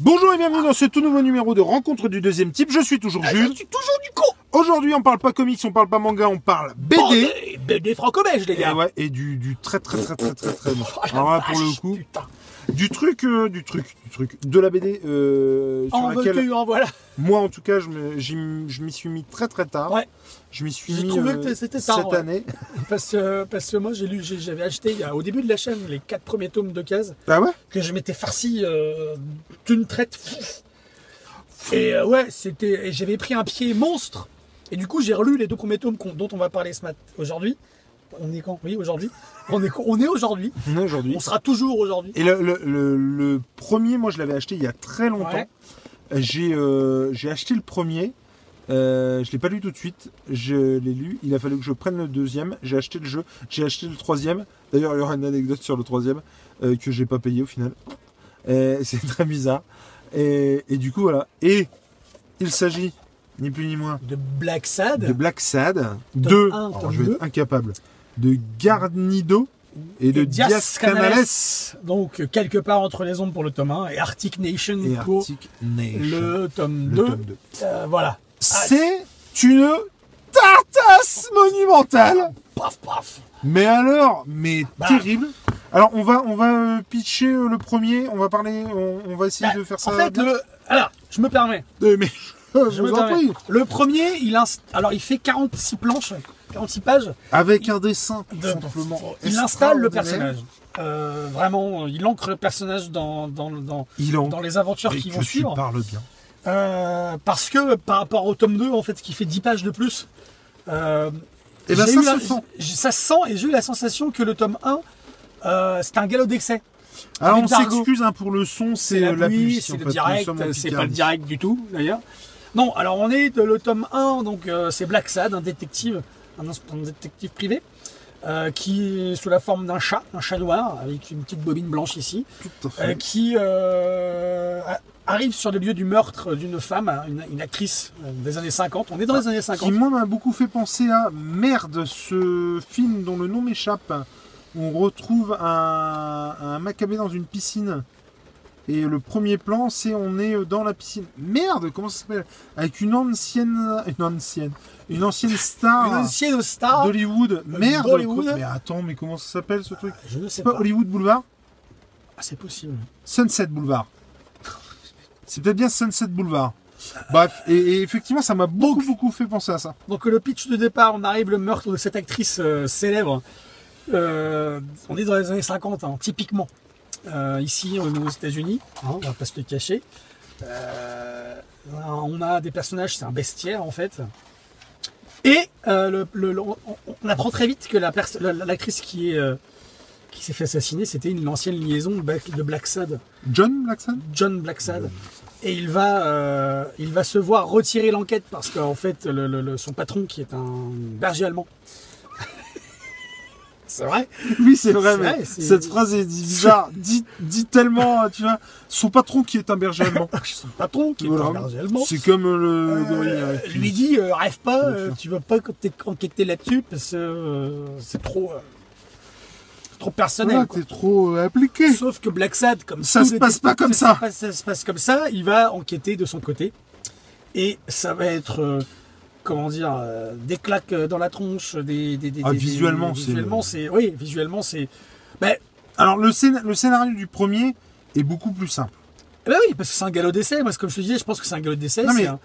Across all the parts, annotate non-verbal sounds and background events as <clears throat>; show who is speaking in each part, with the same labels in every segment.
Speaker 1: Bonjour et bienvenue dans ce tout nouveau numéro de Rencontre du deuxième type. Je suis toujours
Speaker 2: Je
Speaker 1: Jules.
Speaker 2: suis toujours du con
Speaker 1: Aujourd'hui, on parle pas comics, on parle pas manga, on parle
Speaker 2: Bande-
Speaker 1: BD.
Speaker 2: BD, franco-belge, les
Speaker 1: Et,
Speaker 2: gars
Speaker 1: ouais, et du, du très très très très très très bon.
Speaker 2: Oh, la
Speaker 1: Alors là, pour le
Speaker 2: vache,
Speaker 1: coup,
Speaker 2: putain.
Speaker 1: du truc, euh, du truc, du truc, de la BD euh, sur
Speaker 2: En
Speaker 1: laquelle
Speaker 2: veux-tu, en voilà
Speaker 1: moi en tout cas, je me- j'y m- je m'y suis mis très très tard.
Speaker 2: Ouais.
Speaker 1: Je m'y suis
Speaker 2: J'ai
Speaker 1: mis
Speaker 2: trouvé
Speaker 1: euh,
Speaker 2: que c'était
Speaker 1: cette
Speaker 2: tard, ouais.
Speaker 1: année.
Speaker 2: parce, que- parce que moi, j'ai lu, j'ai- j'avais acheté il y a- au début de la chaîne les quatre premiers tomes de cases
Speaker 1: Ah ouais
Speaker 2: que je m'étais farci euh, d'une traite. Fouf. Et euh, ouais, c'était, et j'avais pris un pied monstre. Et du coup, j'ai relu les deux premiers tomes qu'on- dont on va parler ce matin aujourd'hui. On est quand Oui, aujourd'hui. On est, quand on est aujourd'hui.
Speaker 1: On est aujourd'hui.
Speaker 2: On sera toujours aujourd'hui.
Speaker 1: Et le, le, le- le premier, moi je l'avais acheté il y a très longtemps.
Speaker 2: Ouais.
Speaker 1: J'ai euh, j'ai acheté le premier. Euh, je l'ai pas lu tout de suite. Je l'ai lu. Il a fallu que je prenne le deuxième. J'ai acheté le jeu. J'ai acheté le troisième. D'ailleurs, il y aura une anecdote sur le troisième euh, que j'ai pas payé au final. Euh, <laughs> C'est très bizarre. Et, et du coup, voilà. Et il s'agit, ni plus ni moins,
Speaker 2: De Black Sad.
Speaker 1: de Black Sad, de.
Speaker 2: un,
Speaker 1: alors,
Speaker 2: tome
Speaker 1: je vais
Speaker 2: deux.
Speaker 1: être incapable. De Garnido et de
Speaker 2: Dias
Speaker 1: Diaz Canales.
Speaker 2: donc euh, quelque part entre les ondes pour le tome 1 et Arctic Nation
Speaker 1: Et
Speaker 2: pour
Speaker 1: Arctic Nation.
Speaker 2: le tome
Speaker 1: Le
Speaker 2: 2.
Speaker 1: tome deux.
Speaker 2: Euh, voilà.
Speaker 1: C'est une tartasse monumentale.
Speaker 2: Paf, paf.
Speaker 1: Mais alors, mais
Speaker 2: Bah.
Speaker 1: terrible. Alors on va on va euh, pitcher euh, le premier, on va parler, on, on va essayer
Speaker 2: Bah,
Speaker 1: de faire ça.
Speaker 2: en fait,
Speaker 1: bien.
Speaker 2: le... Alors, je me permets.
Speaker 1: Euh, mais <laughs> je,
Speaker 2: Je
Speaker 1: vous
Speaker 2: me
Speaker 1: en
Speaker 2: permets.
Speaker 1: prie.
Speaker 2: Le premier, il, inst- alors, il fait 46 planches, 46 pages.
Speaker 1: Avec un dessin tout
Speaker 2: de-
Speaker 1: simplement.
Speaker 2: il installe le
Speaker 1: extraordinaire.
Speaker 2: personnage. Euh, vraiment, il ancre le personnage dans, dans, dans,
Speaker 1: Il en
Speaker 2: dans les aventures
Speaker 1: et
Speaker 2: qui
Speaker 1: que
Speaker 2: vont
Speaker 1: tu
Speaker 2: suivre.
Speaker 1: parles bien.
Speaker 2: Euh, parce que par rapport au tome 2, en fait, qui fait 10 pages de plus, euh,
Speaker 1: Eh ben,
Speaker 2: j'ai
Speaker 1: ça
Speaker 2: eu
Speaker 1: se
Speaker 2: la-
Speaker 1: sent.
Speaker 2: j- ça se sent et j'ai eu la sensation que le tome 1, euh, c'était un galop d'excès.
Speaker 1: Alors
Speaker 2: Avec
Speaker 1: on
Speaker 2: Dargo.
Speaker 1: s'excuse hein, pour le son, c'est
Speaker 2: la
Speaker 1: euh, la
Speaker 2: pluie,
Speaker 1: pluie,
Speaker 2: c'est
Speaker 1: en
Speaker 2: le
Speaker 1: fait. Nous
Speaker 2: direct,
Speaker 1: sommes en
Speaker 2: c'est pas le
Speaker 1: Picardie.
Speaker 2: direct du tout d'ailleurs. Non, alors on est de le tome 1, donc euh, c'est Black Sad, un détective, un, ins- un détective privé, euh, qui est sous la forme d'un chat, un chat noir, avec une petite bobine blanche ici,
Speaker 1: Tout à
Speaker 2: euh,
Speaker 1: fait.
Speaker 2: qui euh, a- arrive sur le lieu du meurtre d'une femme, hein, une, une actrice euh, des années 50. On est dans les années 50.
Speaker 1: Ah, qui moi m'a beaucoup fait penser à merde ce film dont le nom m'échappe on retrouve un, un macabé dans une piscine et le premier plan c'est on est dans la piscine merde comment ça s'appelle avec une ancienne une ancienne une ancienne star
Speaker 2: Une ancienne star.
Speaker 1: d'Hollywood merde
Speaker 2: d'Hollywood.
Speaker 1: mais attends mais comment ça s'appelle ce truc
Speaker 2: Je ne sais
Speaker 1: c'est
Speaker 2: pas.
Speaker 1: pas Hollywood Boulevard
Speaker 2: Ah, c'est possible.
Speaker 1: Sunset Boulevard c'est peut-être bien Sunset Boulevard bref et, et effectivement ça m'a beaucoup beaucoup fait penser à ça
Speaker 2: Donc euh, le pitch de départ, on arrive le meurtre de cette actrice euh, célèbre. Euh, on est dans les années 50, hein, typiquement. Euh, ici, on est aux États-Unis, hein, on va pas se le cacher. Euh, on a des personnages, c'est un bestiaire en fait. Et euh, le- le- le- on, on apprend très vite que la pers- la- la- l'actrice qui est euh, qui s'est fait assassiner, c'était une ancienne liaison de Black, de Black Sad,
Speaker 1: John Blackson
Speaker 2: John Black Sad. Et il va, euh, il va se voir retirer l'enquête parce qu'en fait, le, le- le- son patron, qui est un berger allemand. <laughs> c'est vrai
Speaker 1: Oui, c'est vrai,
Speaker 2: C'est
Speaker 1: mais
Speaker 2: vrai, c'est-
Speaker 1: cette phrase est
Speaker 2: <laughs>
Speaker 1: bizarre. dit, dit tellement, tu vois, son patron qui est un berger allemand.
Speaker 2: <laughs> Son patron, qui est
Speaker 1: Voilà.
Speaker 2: un berger allemand.
Speaker 1: C'est comme le.
Speaker 2: euh,
Speaker 1: oui, euh,
Speaker 2: lui dit euh, rêve pas,
Speaker 1: Bien
Speaker 2: euh,
Speaker 1: sûr.
Speaker 2: tu vas pas t'en- enquêter là-dessus parce que euh, c'est trop, euh, trop personnel.
Speaker 1: Voilà,
Speaker 2: quoi.
Speaker 1: t'es trop euh, appliqué.
Speaker 2: Sauf que Black Sad, comme
Speaker 1: Ça
Speaker 2: tous
Speaker 1: se
Speaker 2: les
Speaker 1: passe pas comme
Speaker 2: détectives,
Speaker 1: ça.
Speaker 2: se passe- Ça se passe comme ça. Il va enquêter de son côté et ça va être euh, comment dire euh, des claques euh, dans la tronche, des, des, des-
Speaker 1: Ah,
Speaker 2: des-
Speaker 1: visuellement,
Speaker 2: des-
Speaker 1: c'est-
Speaker 2: visuellement c'est oui visuellement c'est ben
Speaker 1: Alors, le, scén- le scénario du premier est beaucoup plus simple.
Speaker 2: ben oui parce que c'est un galop d'essai. Moi, comme je te disais, je pense que c'est un galop d'essai.
Speaker 1: Non,
Speaker 2: c'est
Speaker 1: mais-
Speaker 2: un-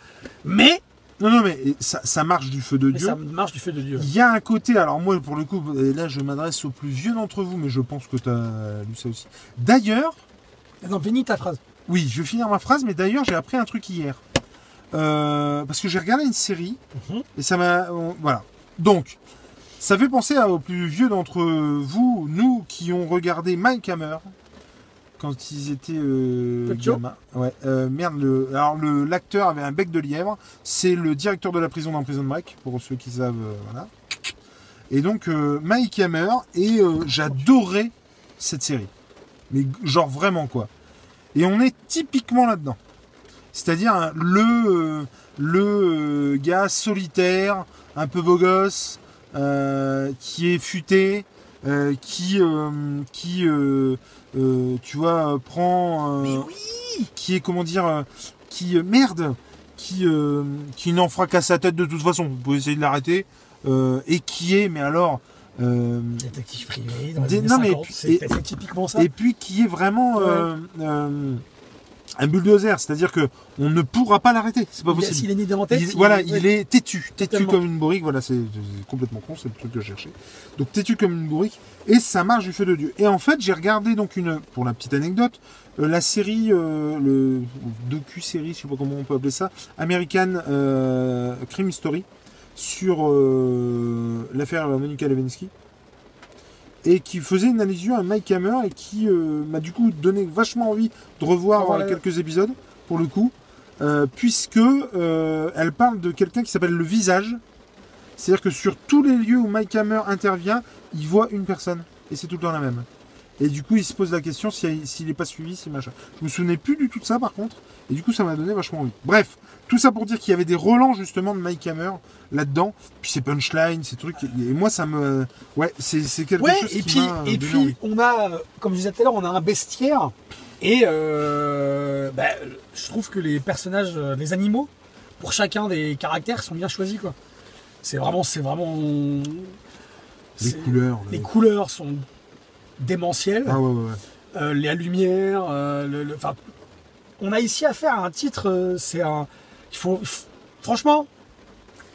Speaker 2: Mais,
Speaker 1: Non, non, mais ça, ça marche du feu de
Speaker 2: mais
Speaker 1: Dieu.
Speaker 2: ça marche du feu de Dieu.
Speaker 1: Il y a un côté, alors moi pour le coup, et là je m'adresse aux plus vieux d'entre vous, mais je pense que t'as lu ça aussi. D'ailleurs,
Speaker 2: Non, finis ta phrase.
Speaker 1: Oui, je vais finir ma phrase, mais d'ailleurs, j'ai appris un truc hier. Euh, parce que j'ai regardé une série,
Speaker 2: Mhm.
Speaker 1: et ça m'a. on- Voilà. Donc, ça fait penser à- aux plus vieux d'entre vous, nous, qui ont regardé Mike Hammer quand ils étaient. Euh,
Speaker 2: Petits.
Speaker 1: gamins. Ouais, euh, merde, le, alors le- l'acteur avait un bec de lièvre, c'est le directeur de la prison dans Prison Break, pour ceux qui savent, euh, voilà. Et donc, euh, Mike Hammer, et euh, j'adorais cette série. Mais g- genre vraiment quoi. Et on est typiquement là-dedans. C'est-à-dire hein, le, euh, le euh, gars solitaire, un peu beau gosse, euh, qui est futé, euh, qui, euh, qui euh, euh, tu vois, euh, prend... euh,
Speaker 2: Mais oui,
Speaker 1: qui est comment dire, euh, qui euh, merde, qui euh, qui n'en fera qu'à sa tête de toute façon. Vous pouvez essayer de l'arrêter euh, et qui est, mais alors. euh,
Speaker 2: Détective privé, dans
Speaker 1: Des-
Speaker 2: les années
Speaker 1: non, mais-
Speaker 2: 50,
Speaker 1: et-
Speaker 2: c'est c'est typiquement ça.
Speaker 1: et puis qui est vraiment euh, euh, un bulldozer, c'est-à-dire que on ne pourra pas l'arrêter, c'est pas
Speaker 2: Il a-
Speaker 1: possible.
Speaker 2: S'il est né devant tête,
Speaker 1: Il- voilà, il
Speaker 2: ouais.
Speaker 1: est têtu, têtu
Speaker 2: Totalement.
Speaker 1: comme une bourrique. Voilà, c'est c'est complètement con, c'est le truc que je cherchais. Donc têtu comme une bourrique, et ça marche du feu de dieu. Et en fait, j'ai regardé donc une, pour la petite anecdote, euh, la série, euh, le docu-série, je sais pas comment on peut appeler ça, American euh, Crime Story sur euh, l'affaire Monica Lewinsky. Et qui faisait une allusion à Mike Hammer et qui euh, m'a du coup donné vachement envie de revoir
Speaker 2: Revoir la-
Speaker 1: euh, quelques épisodes pour le coup, euh, puisque euh, elle parle de quelqu'un qui s'appelle le visage. C'est-à-dire que sur tous les lieux où Mike Hammer intervient, il voit une personne et c'est tout le temps la même. Et du coup, il se pose la question si elle- s'il n'est pas suivi, si machin. Je me souvenais plus du tout de ça par contre, et du coup, ça m'a donné vachement envie. Bref, tout ça pour dire qu'il y avait des relents justement de Mike Hammer là-dedans, puis ses punchlines, ces trucs. Et moi, ça me. Ouais, c'est c'est quelque
Speaker 2: Ouais,
Speaker 1: chose
Speaker 2: et
Speaker 1: qui
Speaker 2: puis,
Speaker 1: m'a, euh,
Speaker 2: et
Speaker 1: donné
Speaker 2: puis
Speaker 1: envie.
Speaker 2: on a, euh, comme je disais tout à l'heure, on a un bestiaire. Et euh, bah, je trouve que les personnages, euh, les animaux, pour chacun des caractères, sont bien choisis. quoi. C'est vraiment. C'est vraiment
Speaker 1: Les
Speaker 2: c'est-
Speaker 1: couleurs.
Speaker 2: les
Speaker 1: là.
Speaker 2: couleurs sont démentielles.
Speaker 1: Ah ouais, ouais, ouais.
Speaker 2: euh, la lumière, euh, le, le- enfin, on a ici affaire à un titre, euh, c'est un, il faut, f- franchement,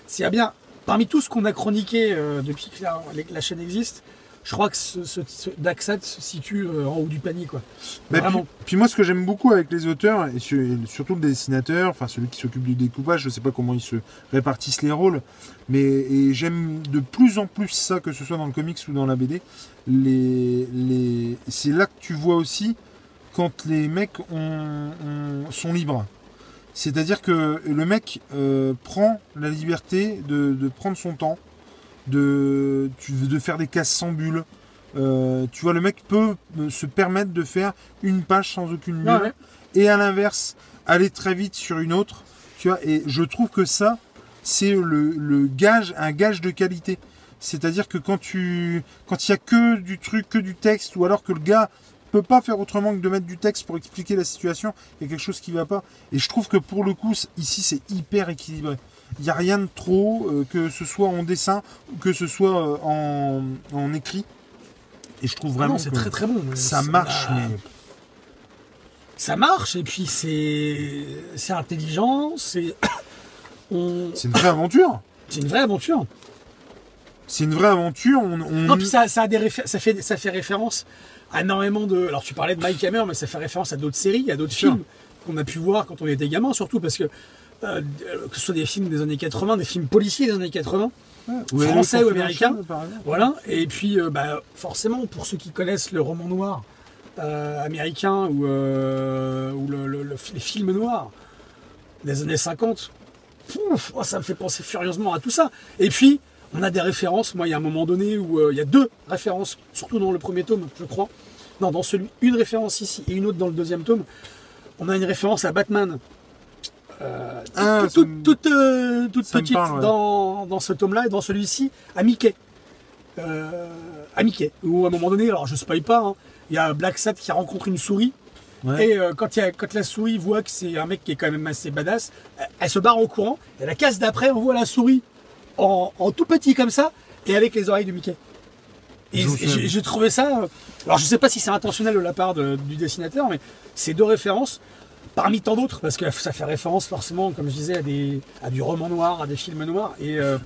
Speaker 2: s'il y a bien, parmi tout ce qu'on a chroniqué euh, depuis que la, la- la chaîne existe, je crois que ce, ce, ce Daxat se situe euh, en haut du panier, quoi.
Speaker 1: Bah, puis,
Speaker 2: Vraiment.
Speaker 1: puis moi, ce que j'aime beaucoup avec les auteurs, et su- et surtout le dessinateur, enfin celui qui s'occupe du découpage, je sais pas comment ils se répartissent les rôles, mais et j'aime de plus en plus ça, que ce soit dans le comics ou dans la BD. Les, les, c'est là que tu vois aussi quand les mecs ont- ont- sont libres. C'est-à-dire que le mec euh, prend la liberté de, de prendre son temps, de, tu- de faire des cases sans bulle. Euh, tu vois, le mec peut euh, se permettre de faire une page sans aucune bulle et à l'inverse, aller très vite sur une autre. Tu vois, et je trouve que ça, c'est le, le gage, un gage de qualité. C'est-à-dire que quand tu, quand il y a que du truc, que du texte, ou alors que le gars peut pas faire autrement que de mettre du texte pour expliquer la situation, il y a quelque chose qui va pas. Et je trouve que pour le coup, c- ici, c'est hyper équilibré. Il n'y a rien de trop, euh, que ce soit en dessin ou que ce soit euh, en, en écrit. Et je trouve vraiment
Speaker 2: Vraiment, c'est
Speaker 1: que
Speaker 2: très très bon. mais
Speaker 1: ça
Speaker 2: c'est-
Speaker 1: marche.
Speaker 2: bah,
Speaker 1: mais-
Speaker 2: Ça marche, et puis c'est, c'est intelligent, c'est, <coughs> on,
Speaker 1: C'est une vraie aventure.
Speaker 2: c'est une vraie aventure.
Speaker 1: C'est une vraie aventure. On, on-
Speaker 2: Non, puis ça, ça, a des réfé- ça, fait, ça fait référence à énormément de. Alors, tu parlais de Mike Hammer, mais ça fait référence à d'autres séries, à d'autres
Speaker 1: Sûr.
Speaker 2: films qu'on a pu voir quand on était gamin, surtout parce que euh, que ce soit des films des années 80, des films policiers des années 80,
Speaker 1: Ouais,
Speaker 2: français
Speaker 1: le
Speaker 2: ou américain.
Speaker 1: Confidential, par exemple.
Speaker 2: voilà. Et puis, euh, bah, forcément, pour ceux qui connaissent le roman noir euh, américain ou, euh, ou le, le- le- les films noirs des années 50, pouf, oh, ça me fait penser furieusement à tout ça. Et puis, on a des références. Moi, il y a un moment donné où euh, il y a deux références, surtout dans le premier tome, je crois. Non, dans celui, une référence ici et une autre dans le deuxième tome. On a une référence à Batman. Euh, toute-
Speaker 1: Ah,
Speaker 2: toute
Speaker 1: ça me-
Speaker 2: toute, euh, toute
Speaker 1: Ça me
Speaker 2: petite
Speaker 1: parle, ouais.
Speaker 2: dans, dans ce tome-là et dans celui-ci à Mickey. Euh, à Mickey. Où à un moment donné, alors je spoil pas, hein, il y a Black Sat qui rencontre une souris.
Speaker 1: Ouais.
Speaker 2: Et euh, quand, il y a- quand la souris voit que c'est un mec qui est quand même assez badass, elle, elle se barre en courant. Et la case d'après, on voit la souris en, en tout petit comme ça et avec les oreilles de Mickey. Et
Speaker 1: Je me souviens.
Speaker 2: j'ai j'ai trouvé ça. euh, Alors je sais pas si c'est intentionnel de la part de- du dessinateur, mais ces deux références, parmi tant d'autres, parce que ça fait référence forcément, comme je disais, à, des, à du roman noir, à des films noirs. Et euh,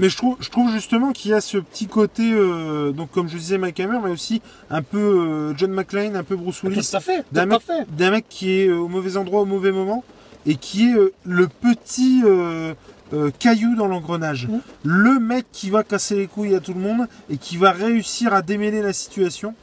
Speaker 1: Mais je trouve, je trouve justement qu'il y a ce petit côté, euh, donc comme je disais, Mike Hammer, mais aussi un peu euh, John McClane, un peu Bruce
Speaker 2: tout
Speaker 1: Willis,
Speaker 2: à fait, tout
Speaker 1: d'un
Speaker 2: à
Speaker 1: mec,
Speaker 2: fait.
Speaker 1: d'un mec qui est euh, au mauvais endroit au mauvais moment et qui est euh, le petit euh, euh, caillou dans l'engrenage.
Speaker 2: Mhm.
Speaker 1: Le mec qui va casser les couilles à tout le monde et qui va réussir à démêler la situation.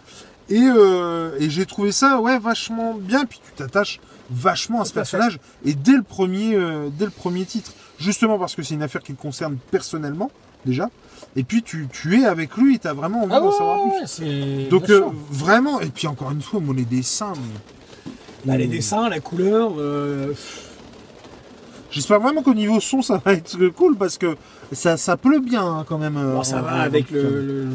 Speaker 1: Et, euh, et j'ai trouvé ça ouais vachement bien. Puis tu t'attaches vachement à ce
Speaker 2: Tout à fait.
Speaker 1: personnage et dès le premier euh, dès le premier titre, justement parce que c'est une affaire qui le concerne personnellement déjà. Et puis tu, tu es avec lui, et t'as vraiment envie
Speaker 2: Ah
Speaker 1: d'en savoir plus.
Speaker 2: ouais, c'est-
Speaker 1: Donc
Speaker 2: bien
Speaker 1: euh,
Speaker 2: sûr.
Speaker 1: vraiment, et puis encore une fois, moi les dessins, mais-
Speaker 2: Bah, les dessins, la couleur, euh,
Speaker 1: J'espère vraiment qu'au niveau son, ça va <laughs> être cool parce que ça, ça pleut bien hein, quand même. euh,
Speaker 2: Bon, ça
Speaker 1: en- en-
Speaker 2: va avec
Speaker 1: en-
Speaker 2: le, le-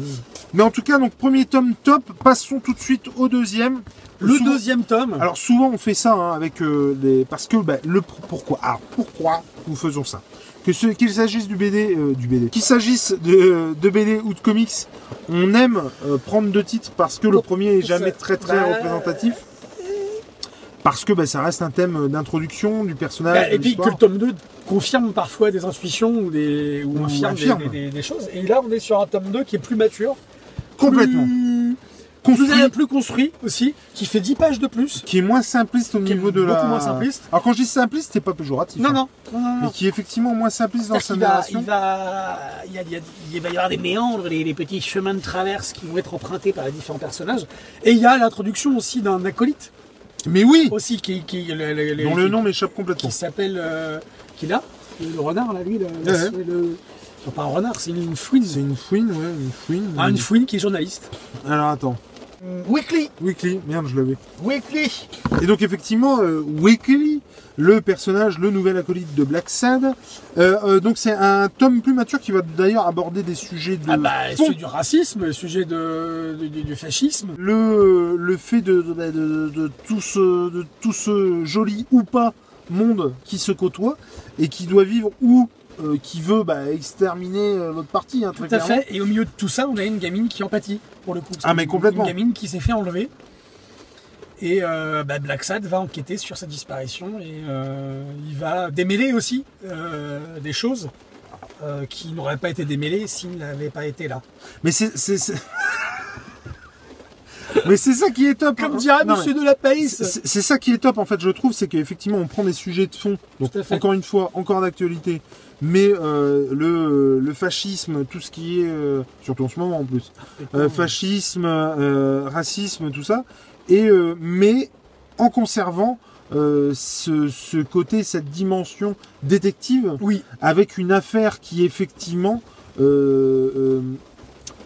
Speaker 1: Mais en tout cas, donc premier tome top. Passons tout de suite au deuxième.
Speaker 2: le
Speaker 1: Souvent-
Speaker 2: deuxième tome.
Speaker 1: Alors souvent on fait ça hein, avec euh, les parce que bah, le pr- pourquoi ah, pourquoi nous faisons ça que ce qu'il s'agisse du BD euh, du BD qu'il s'agisse de, de BD ou de comics on aime euh, prendre deux titres parce que le
Speaker 2: Pour-
Speaker 1: premier est
Speaker 2: pour ça.
Speaker 1: jamais très très
Speaker 2: Bah,
Speaker 1: représentatif parce que bah, ça reste un thème d'introduction du personnage
Speaker 2: Bah,
Speaker 1: de
Speaker 2: et puis
Speaker 1: l'histoire.
Speaker 2: que le tome 2 confirme parfois des intuitions ou, des, ou
Speaker 1: Ou
Speaker 2: infirme, des-
Speaker 1: affirme.
Speaker 2: Des, des- des choses. Et là, on est sur un tome 2 qui est plus mature.
Speaker 1: complètement
Speaker 2: Plus,
Speaker 1: construit
Speaker 2: plus, plus construit aussi, qui fait 10 pages de plus.
Speaker 1: qui est moins simpliste au
Speaker 2: Qui est
Speaker 1: niveau de la
Speaker 2: beaucoup moins simpliste.
Speaker 1: alors quand je dis simpliste c'est pas péjoratif
Speaker 2: Non,
Speaker 1: hein,
Speaker 2: non. non, non, non.
Speaker 1: mais qui est effectivement moins simpliste dans
Speaker 2: C'est-à-dire
Speaker 1: sa
Speaker 2: qu'il va-
Speaker 1: narration
Speaker 2: il va, il, y a- il y a- il va y avoir des méandres, des, des petits chemins de traverse qui vont être empruntés par les différents personnages. Et il y a l'introduction aussi d'un acolyte,
Speaker 1: mais oui
Speaker 2: aussi, qui, qui, le- le- le-
Speaker 1: dont le
Speaker 2: qui-
Speaker 1: nom m'échappe complètement
Speaker 2: qui s'appelle, euh, qui là, le, le renard là, lui, le, le-
Speaker 1: Ouais,
Speaker 2: le- non, pas un renard, c'est une, une fouine.
Speaker 1: C'est une fouine, ouais, une fouine.
Speaker 2: Ah, une fouine qui est journaliste.
Speaker 1: Alors attends.
Speaker 2: Weekly,
Speaker 1: Weekly, merde, je l'avais.
Speaker 2: Weekly.
Speaker 1: Et donc effectivement, euh, Weekly, le personnage, le nouvel acolyte de Black Sad. euh, euh, donc c'est un tome plus mature qui va d'ailleurs aborder des sujets de
Speaker 2: Ah bah, le
Speaker 1: fond.
Speaker 2: sujet du racisme, le sujet de, du- du- du fascisme.
Speaker 1: Le, le fait de, de, de- de tout ce, de tout ce joli ou pas monde qui se côtoie et qui doit vivre ou euh, qui veut bah, exterminer euh, l'autre partie, hein,
Speaker 2: Tout
Speaker 1: très
Speaker 2: à
Speaker 1: clairement.
Speaker 2: fait. Et au milieu de tout ça, on a une gamine qui empathie, pour le coup.
Speaker 1: Ah, mais
Speaker 2: Une-
Speaker 1: complètement.
Speaker 2: Une gamine qui s'est fait enlever. Et euh, bah, Black Sad va enquêter sur sa disparition et euh, il va démêler aussi euh, des choses euh, qui n'auraient pas été démêlées s'il n'avait pas été là.
Speaker 1: Mais c'est... c'est- c'est- <laughs> Mais c'est ça qui est top.
Speaker 2: Comme
Speaker 1: hein.
Speaker 2: dirait
Speaker 1: Non, mais-
Speaker 2: Monsieur de la Pace
Speaker 1: C'est c'est ça qui est top en fait, je trouve, c'est qu'effectivement on prend des sujets de fond. Donc
Speaker 2: Tout à fait.
Speaker 1: encore une fois, encore d'actualité, mais euh, le, le fascisme, tout ce qui est euh, surtout en ce moment en plus,
Speaker 2: Ah
Speaker 1: euh, fascisme, euh, racisme, tout ça, et euh, mais en conservant euh, ce, ce côté, cette dimension détective
Speaker 2: Oui,
Speaker 1: avec une affaire qui effectivement, euh, euh,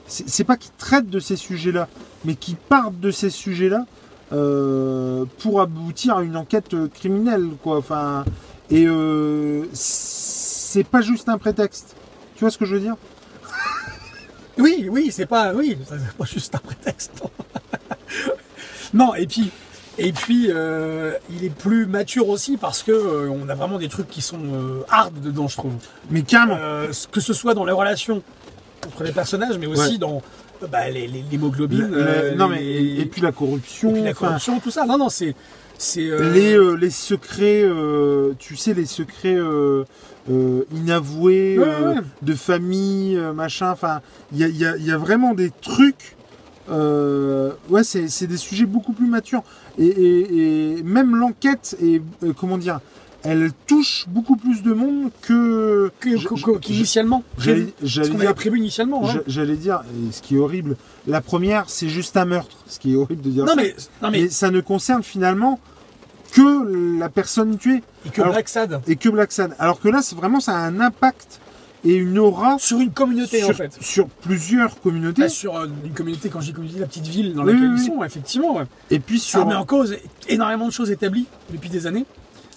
Speaker 1: c'est c'est pas qui traite de ces sujets-là, mais qui partent de ces sujets-là euh, pour aboutir à une enquête euh, criminelle, quoi. Enfin, et euh, c'est pas juste un prétexte. Tu vois ce que je veux dire
Speaker 2: Oui, oui, c'est pas, oui, ça, c'est pas juste un prétexte. <laughs> non, et puis, et puis, euh, il est plus mature aussi parce que euh, on a vraiment des trucs qui sont euh, hard dedans, je trouve.
Speaker 1: Mais carrément.
Speaker 2: Euh, que ce soit dans les relations entre les personnages, mais aussi
Speaker 1: Ouais.
Speaker 2: dans euh, bah, les- les-
Speaker 1: Le-
Speaker 2: l'hémoglobine,
Speaker 1: le-
Speaker 2: euh,
Speaker 1: non
Speaker 2: les-
Speaker 1: mais
Speaker 2: les-
Speaker 1: et, et puis la corruption,
Speaker 2: et puis la
Speaker 1: enfin,
Speaker 2: corruption, tout ça. Non, non, c'est, c'est euh,
Speaker 1: les euh, les secrets, euh, tu sais les secrets euh, euh, inavoués.
Speaker 2: Ouais,
Speaker 1: euh,
Speaker 2: ouais.
Speaker 1: de famille, euh, machin. Enfin, il y a, il y a- il y a vraiment des trucs. euh, ouais, c'est c'est des sujets beaucoup plus matures. Et, et- et même l'enquête, est, euh, comment dire, elle touche beaucoup plus de monde que.
Speaker 2: que-
Speaker 1: je-
Speaker 2: que-
Speaker 1: je-
Speaker 2: que- initialement,
Speaker 1: J'allais
Speaker 2: prévu, ce
Speaker 1: j'allais
Speaker 2: qu'on
Speaker 1: dire,
Speaker 2: avait prévu initialement. hein. ouais.
Speaker 1: je- j'allais dire, et ce qui est horrible, la première, c'est juste un meurtre. Ce qui est horrible de dire
Speaker 2: Non
Speaker 1: ça.
Speaker 2: mais, non Ah, mais,
Speaker 1: mais ça ne concerne finalement que la personne tuée
Speaker 2: et que
Speaker 1: alors-
Speaker 2: Black Sad
Speaker 1: et que Black Sad. Alors que là, c'est vraiment, ça a un impact et une aura
Speaker 2: sur une communauté
Speaker 1: sur,
Speaker 2: en fait.
Speaker 1: sur plusieurs communautés
Speaker 2: Bah, sur euh, une communauté, quand j'ai communauté, la petite ville dans
Speaker 1: Oui,
Speaker 2: laquelle
Speaker 1: oui,
Speaker 2: ils
Speaker 1: oui.
Speaker 2: sont, effectivement. ouais.
Speaker 1: et puis
Speaker 2: Ça
Speaker 1: sur
Speaker 2: remet Ah, en cause énormément de choses établies depuis des années.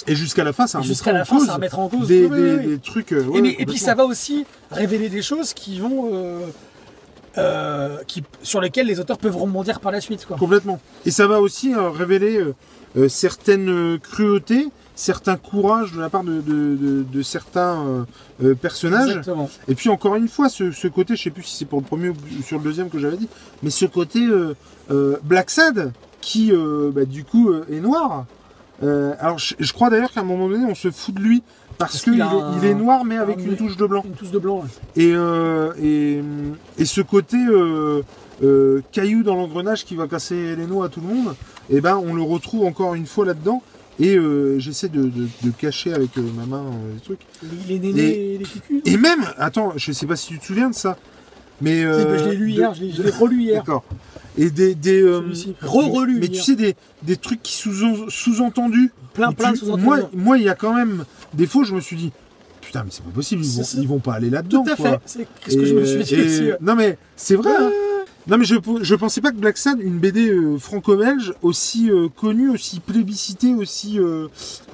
Speaker 1: et jusqu'à la fin ça
Speaker 2: Et
Speaker 1: remettra
Speaker 2: Jusqu'à
Speaker 1: en
Speaker 2: la fin,
Speaker 1: cause
Speaker 2: ça remettra en cause.
Speaker 1: des,
Speaker 2: Oui, oui,
Speaker 1: des-
Speaker 2: oui.
Speaker 1: des trucs euh,
Speaker 2: et,
Speaker 1: ouais,
Speaker 2: mais- et puis ça
Speaker 1: complètement.
Speaker 2: va aussi révéler des choses qui vont, euh, euh, qui, sur lesquelles les auteurs peuvent rebondir par la suite. Quoi.
Speaker 1: complètement et ça va aussi euh, révéler euh, euh, certaines euh, cruautés certains courages de la part de, de- de- de certains euh, euh, personnages
Speaker 2: Exactement.
Speaker 1: et puis encore une fois ce, ce côté je sais plus si c'est pour le premier ou sur le deuxième que j'avais dit mais ce côté euh, euh, Black Sad qui euh, bah, du coup euh, est noir Euh, alors je, je crois d'ailleurs qu'à un moment donné on se fout de lui parce
Speaker 2: Parce
Speaker 1: qu'il
Speaker 2: qu'il
Speaker 1: est,
Speaker 2: a un- Ah,
Speaker 1: il est noir mais avec
Speaker 2: un
Speaker 1: une
Speaker 2: nez.
Speaker 1: touche de blanc
Speaker 2: Une touche de blanc. ouais.
Speaker 1: Et, euh, et, et ce côté euh, euh, caillou dans l'engrenage qui va casser les noix à tout le monde, eh ben, on le retrouve encore une fois là-dedans. Et euh, j'essaie de, de- de cacher avec euh, ma main euh, les trucs.
Speaker 2: Les, les nénés
Speaker 1: Et-
Speaker 2: et, les cucus.
Speaker 1: Et même, attends, je sais pas si tu te souviens de ça, mais. euh,
Speaker 2: Si, bah, je l'ai lu
Speaker 1: de-
Speaker 2: hier, je l'ai- je l'ai relu hier.
Speaker 1: D'accord. Et des. des euh,
Speaker 2: Celui-ci. Re-relu
Speaker 1: Mais
Speaker 2: hier.
Speaker 1: tu sais, des, des trucs qui sous- sous-entendus.
Speaker 2: Plein,
Speaker 1: où
Speaker 2: plein de
Speaker 1: tu-
Speaker 2: sous-entendus.
Speaker 1: Moi, moi, il y a quand même des fois, je me suis dit, putain, mais c'est pas possible, ils
Speaker 2: C'est
Speaker 1: vont,
Speaker 2: ça.
Speaker 1: ils vont pas aller là-dedans.
Speaker 2: Tout à
Speaker 1: quoi.
Speaker 2: fait. C'est ce que je me suis dit
Speaker 1: Et-
Speaker 2: aussi. euh
Speaker 1: Non mais c'est vrai. hein. Non, mais je, je pensais pas que Black Sad, une BD euh, franco-belge, aussi euh, connue, aussi plébiscitée, aussi. euh,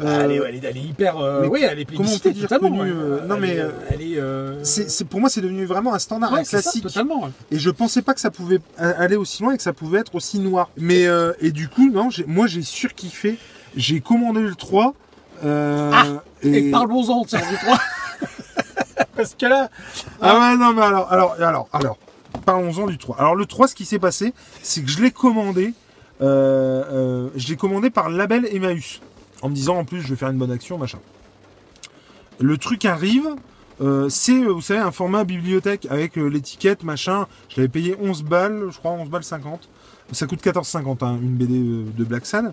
Speaker 1: euh,
Speaker 2: elle, est, elle est- elle est hyper. euh,
Speaker 1: mais
Speaker 2: oui, elle est
Speaker 1: comment on
Speaker 2: plébiscitée,
Speaker 1: peut dire
Speaker 2: totalement,
Speaker 1: connue,
Speaker 2: ouais.
Speaker 1: euh, non,
Speaker 2: Elle
Speaker 1: mais,
Speaker 2: est,
Speaker 1: euh,
Speaker 2: elle est. euh,
Speaker 1: c'est- c'est- pour moi, c'est devenu vraiment un standard,
Speaker 2: ouais,
Speaker 1: un
Speaker 2: c'est ça,
Speaker 1: classique.
Speaker 2: totalement.
Speaker 1: et je pensais pas que ça pouvait a- aller aussi loin et que ça pouvait être aussi noir. Mais euh, et du coup, non, j'ai- moi j'ai surkiffé. J'ai commandé le 3. euh,
Speaker 2: Et, parlons-en, tiens, du
Speaker 1: <laughs>
Speaker 2: trois. Parce que là,
Speaker 1: Ah ouais, non, mais alors, alors, alors, alors, parlons-en du 3. Alors, le 3, ce qui s'est passé, c'est que je l'ai commandé, euh, euh, je l'ai commandé par label Emmaüs, en me disant, en plus, je vais faire une bonne action, machin. Le truc arrive, euh, c'est, euh, vous savez, un format bibliothèque avec euh, l'étiquette, machin, je l'avais payé 11 balles, je crois, 11 balles 50. Ça coûte 14,50 hein, une BD euh, de Black Sad.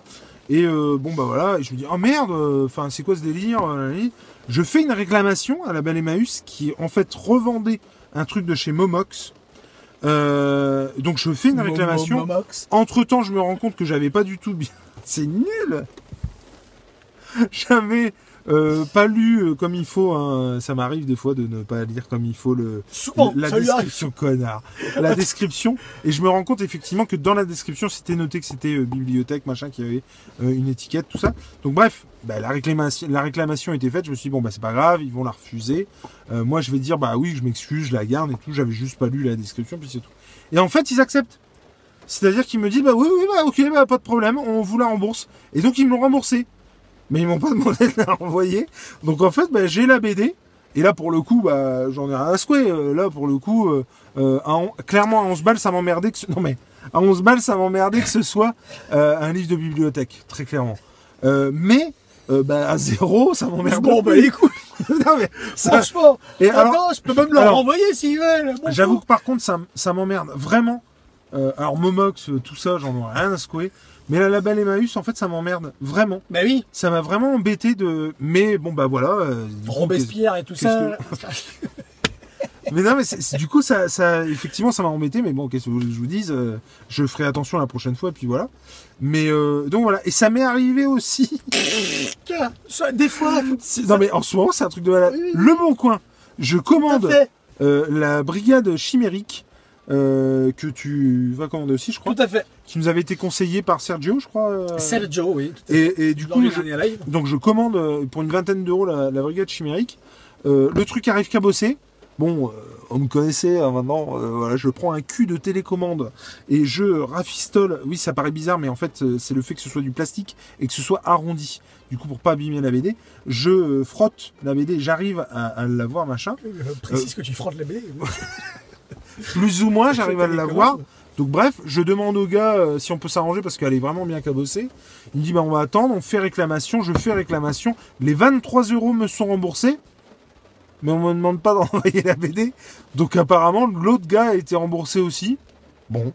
Speaker 1: Et euh, bon, bah voilà, et je me dis, oh merde, enfin, c'est quoi ce délire euh, nanani je fais une réclamation à la Belle Emmaüs qui en fait revendait un truc de chez Momox. Euh, donc je fais une
Speaker 2: Mo- Mo-
Speaker 1: réclamation.
Speaker 2: Momox.
Speaker 1: Entre temps, je me rends compte que j'avais pas du tout bien. <laughs> C'est nul J'avais euh, pas lu euh, comme il faut. hein. Ça m'arrive des fois de ne pas lire comme il faut le,
Speaker 2: Souvent,
Speaker 1: la
Speaker 2: ça lui arrive.
Speaker 1: description, connard.
Speaker 2: <laughs>
Speaker 1: La description. Et je me rends compte effectivement que dans la description, c'était noté que c'était euh, bibliothèque, machin, qu'il y avait euh, une étiquette, tout ça. Donc bref, bah, la, réclamation, la réclamation était faite. Je me suis dit, bon, bah c'est pas grave, ils vont la refuser. Euh, moi, je vais dire, bah oui, je m'excuse, je la garde et tout. J'avais juste pas lu la description, puis c'est tout. Et en fait, ils acceptent. C'est-à-dire qu'ils me disent, bah oui, oui, bah ok, bah pas de problème, on vous la rembourse. Et donc, ils me l'ont remboursé. Mais ils m'ont pas demandé de la renvoyer. Donc en fait, bah, j'ai la BD. Et là, pour le coup, bah, j'en ai rien à secouer. Euh, là, pour le coup, euh, euh, à on- clairement, à 11 balles, ça m'emmerdait que ce... Non mais, à 11 balles, ça m'emmerdait que ce soit euh, un livre de bibliothèque, très clairement. Euh, mais, euh, bah, à zéro, ça m'emmerde.
Speaker 2: Bon, bah
Speaker 1: plus.
Speaker 2: écoute,
Speaker 1: <laughs> Non, mais, ça-
Speaker 2: franchement,
Speaker 1: Et alors,
Speaker 2: attends, je peux même leur
Speaker 1: alors,
Speaker 2: renvoyer s'ils veulent. Bon,
Speaker 1: J'avoue que par contre, ça, m- ça m'emmerde vraiment. Euh, alors, Momox, euh, tout ça, j'en ai rien à secouer. Mais la label Emmaüs, en fait, ça m'emmerde vraiment.
Speaker 2: Bah oui,
Speaker 1: Ça m'a vraiment embêté de. Mais bon, bah voilà. euh, du coup,
Speaker 2: Robespierre et tout ça.
Speaker 1: Mais non, mais c'est- c'est- du coup, ça, ça, effectivement, ça m'a embêté. Mais bon, qu'est-ce que vous voulez que je vous dise euh, Je ferai attention la prochaine fois, et puis voilà. Mais euh, donc voilà. Et ça m'est arrivé aussi. <laughs>
Speaker 2: Tiens, ça- Des fois,
Speaker 1: C'est- non, mais en ce moment, c'est un truc de malade.
Speaker 2: Oui, oui.
Speaker 1: Le Bon Coin. Je
Speaker 2: tout à
Speaker 1: commande
Speaker 2: fait,
Speaker 1: euh, la brigade chimérique euh, que tu vas commander aussi, je crois,
Speaker 2: tout à fait.
Speaker 1: qui nous avait été conseillée par Sergio, je crois. euh.
Speaker 2: Sergio, oui. tout à fait.
Speaker 1: Et, et du
Speaker 2: Lors
Speaker 1: coup,
Speaker 2: du
Speaker 1: je,
Speaker 2: dernier live.
Speaker 1: Donc je commande euh, pour une vingtaine d'euros la, la brigade chimérique. Euh, le truc arrive cabossé. Bon, euh, on me connaissait hein, maintenant. euh, voilà, je prends un cul de télécommande et je rafistole. Oui, ça paraît bizarre, mais en fait, euh, c'est le fait que ce soit du plastique et que ce soit arrondi. Du coup, pour pas abîmer la BD, je euh, frotte la BD. J'arrive à, à l'avoir, machin.
Speaker 2: Je précise que tu frottes la BD.
Speaker 1: Plus ou
Speaker 2: <laughs>
Speaker 1: moins, j'arrive à l'avoir. Donc bref, je demande au gars euh, si on peut s'arranger parce qu'elle est vraiment bien cabossée. Il me dit bah on va attendre, on fait réclamation, je fais réclamation. Les 23 euros me sont remboursés, mais on me demande pas <laughs> d'envoyer la BD. Donc apparemment l'autre gars a été remboursé aussi. Bon.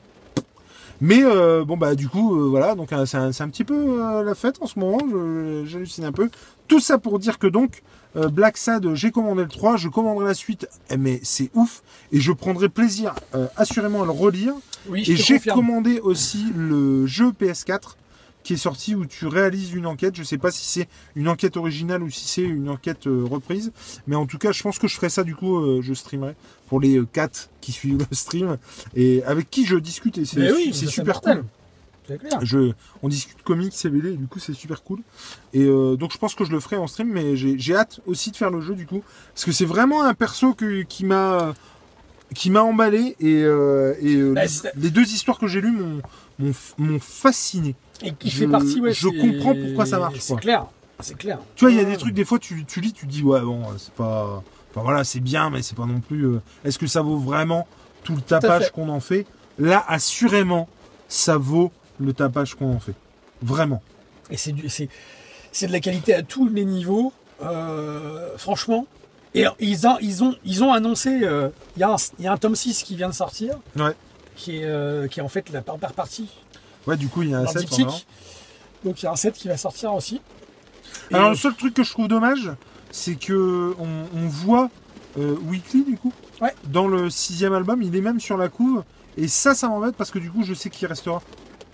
Speaker 1: Mais euh, bon bah du coup euh, voilà donc euh, c'est un, c'est un petit peu euh, la fête en ce moment, je- j'hallucine un peu. Tout ça pour dire que donc euh, Black Sad j'ai commandé le 3, je commanderai la suite, Eh, mais c'est ouf et je prendrai plaisir euh, assurément à le relire.
Speaker 2: Oui, je
Speaker 1: Et
Speaker 2: te
Speaker 1: j'ai
Speaker 2: confirme.
Speaker 1: commandé aussi le jeu PS4 qui est sorti où tu réalises une enquête. Je sais pas si c'est une enquête originale ou si c'est une enquête euh, reprise. Mais en tout cas, je pense que je ferai ça du coup, euh, je streamerai pour les euh, 4 qui suivent le stream et avec qui je discute. Et c'est
Speaker 2: Mais oui,
Speaker 1: c'est
Speaker 2: ça, c'est
Speaker 1: super
Speaker 2: mortel.
Speaker 1: cool.
Speaker 2: C'est clair.
Speaker 1: Je, on discute comics et BD, et du coup c'est super cool. Et euh, donc je pense que je le ferai en stream, mais j'ai j'ai hâte aussi de faire le jeu du coup, parce que c'est vraiment un perso que- qui m'a qui m'a emballé et, euh, et euh,
Speaker 2: Bah, c'est-
Speaker 1: les deux histoires que j'ai lues m'ont- m'ont f- m'ont fasciné.
Speaker 2: Et qui
Speaker 1: Je-
Speaker 2: fait partie, ouais.
Speaker 1: je
Speaker 2: c'est-
Speaker 1: comprends pourquoi ça marche,
Speaker 2: C'est
Speaker 1: quoi.
Speaker 2: clair. C'est clair.
Speaker 1: Tu vois, il y a des
Speaker 2: Ouais.
Speaker 1: trucs des fois tu, tu lis, tu te dis ouais bon euh, c'est pas, enfin voilà c'est bien, mais c'est pas non plus. euh, Est-ce que ça vaut vraiment tout le
Speaker 2: à
Speaker 1: tapage
Speaker 2: fait.
Speaker 1: qu'on en fait Là assurément ça vaut le tapage qu'on en fait, vraiment.
Speaker 2: Et c'est du- c'est c'est de la qualité à tous les niveaux, euh, franchement. Et ils, ont ils, ont, ils ont annoncé, euh, il y, a un- il y a un tome 6 qui vient de sortir,
Speaker 1: Ouais.
Speaker 2: qui, est, euh, qui est en fait la par, par partie
Speaker 1: Ouais du coup il y a un
Speaker 2: dans le
Speaker 1: set.
Speaker 2: diptyque. Donc il y a un set qui va sortir aussi. Et,
Speaker 1: Alors
Speaker 2: euh,
Speaker 1: le seul truc que je trouve dommage, c'est que on, on voit euh, Weekly du coup
Speaker 2: Ouais.
Speaker 1: dans le sixième album, il est même sur la couve et ça, ça m'embête parce que du coup je sais qu'il restera.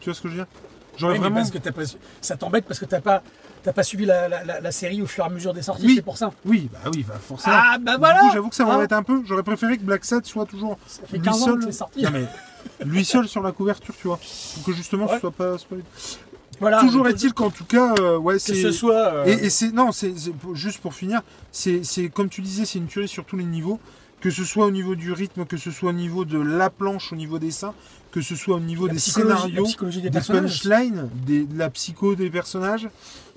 Speaker 1: Tu vois ce que je veux dire J'aurais
Speaker 2: oui, mais
Speaker 1: euh, vraiment.
Speaker 2: parce que t'as pas su- ça t'embête parce que t'as pas, t'as pas suivi la, la- la- la série au fur et à mesure des sorties,
Speaker 1: Oui.
Speaker 2: c'est pour ça.
Speaker 1: Oui bah oui bah forcément.
Speaker 2: Ah bah
Speaker 1: Du
Speaker 2: voilà
Speaker 1: coup, j'avoue que ça
Speaker 2: Hein
Speaker 1: m'embête un peu. J'aurais préféré que Black Sad soit toujours
Speaker 2: Ça fait
Speaker 1: lui
Speaker 2: 15 ans
Speaker 1: seul.
Speaker 2: que c'est sorti.
Speaker 1: Non mais Lui seul sur la couverture, tu vois. Pour que justement, ce
Speaker 2: Ouais.
Speaker 1: soit pas spoilé.
Speaker 2: Voilà.
Speaker 1: Toujours
Speaker 2: mais
Speaker 1: est-il qu'en tout cas, euh, ouais,
Speaker 2: que
Speaker 1: c'est.
Speaker 2: ce soit. euh,
Speaker 1: Et, et c'est non, c'est c'est pour- juste pour finir, c'est c'est- comme tu disais, c'est une tuerie sur tous les niveaux, que ce soit au niveau du rythme, que ce soit au niveau de la planche, au niveau des seins, que ce soit au niveau
Speaker 2: la
Speaker 1: des
Speaker 2: psychologie- la
Speaker 1: scénarios,
Speaker 2: psychologie des
Speaker 1: des,
Speaker 2: personnages.
Speaker 1: punchlines, des- de la psycho des personnages,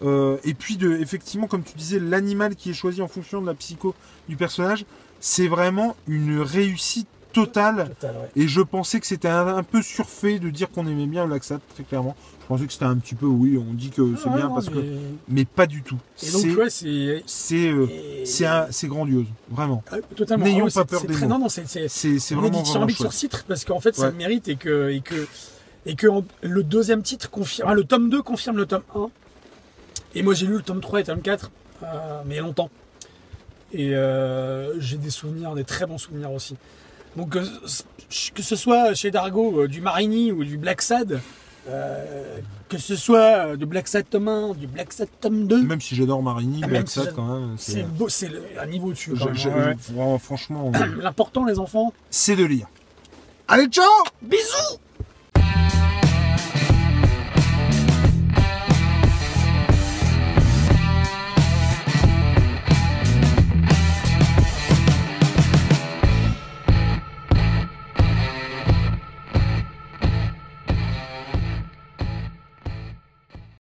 Speaker 1: euh, et puis de effectivement, comme tu disais, l'animal qui est choisi en fonction de la psycho du personnage, c'est vraiment une réussite totale.
Speaker 2: Total, ouais.
Speaker 1: Et je pensais que c'était un, un peu surfait de dire qu'on aimait bien Laxat, très clairement. Je pensais que c'était un petit peu, oui, on dit que c'est
Speaker 2: Ah,
Speaker 1: bien
Speaker 2: non,
Speaker 1: parce que.
Speaker 2: mais-
Speaker 1: Mais pas du tout.
Speaker 2: Et donc,
Speaker 1: C'est-
Speaker 2: ouais, c'est.
Speaker 1: c'est euh,
Speaker 2: et-
Speaker 1: c'est un- c'est grandiose, vraiment.
Speaker 2: Ah, Totalement.
Speaker 1: N'ayons
Speaker 2: Ah ouais,
Speaker 1: pas
Speaker 2: c'est-
Speaker 1: peur
Speaker 2: c'est
Speaker 1: des
Speaker 2: très-
Speaker 1: mots.
Speaker 2: Non, non, c'est- c'est.
Speaker 1: C'est c'est
Speaker 2: On est
Speaker 1: vraiment vraiment
Speaker 2: dithyrambique sur
Speaker 1: chouette.
Speaker 2: ce titre parce qu'en fait ça
Speaker 1: Ouais.
Speaker 2: le mérite et que et que et que en- le deuxième titre confirme enfin, le tome 2 confirme le tome 1 et moi j'ai lu le tome 3 et le tome 4 euh, mais il y a longtemps et euh, j'ai des souvenirs des très bons souvenirs aussi donc que, ce- que ce soit chez Dargo euh, du Marini ou du Black Sad euh, que ce soit euh, du Black Sad tome 1 du Black Sad tome 2
Speaker 1: Même si j'adore Marini, mais
Speaker 2: Ah, même
Speaker 1: avec
Speaker 2: si
Speaker 1: ça
Speaker 2: j'adore-
Speaker 1: quand même,
Speaker 2: c'est
Speaker 1: c'est
Speaker 2: beau- c'est le- un niveau dessus quand
Speaker 1: je- je-
Speaker 2: même, ouais. <coughs> <clears throat>
Speaker 1: vraiment, franchement,
Speaker 2: l'important les enfants
Speaker 1: c'est de lire. Allez, ciao
Speaker 2: bisous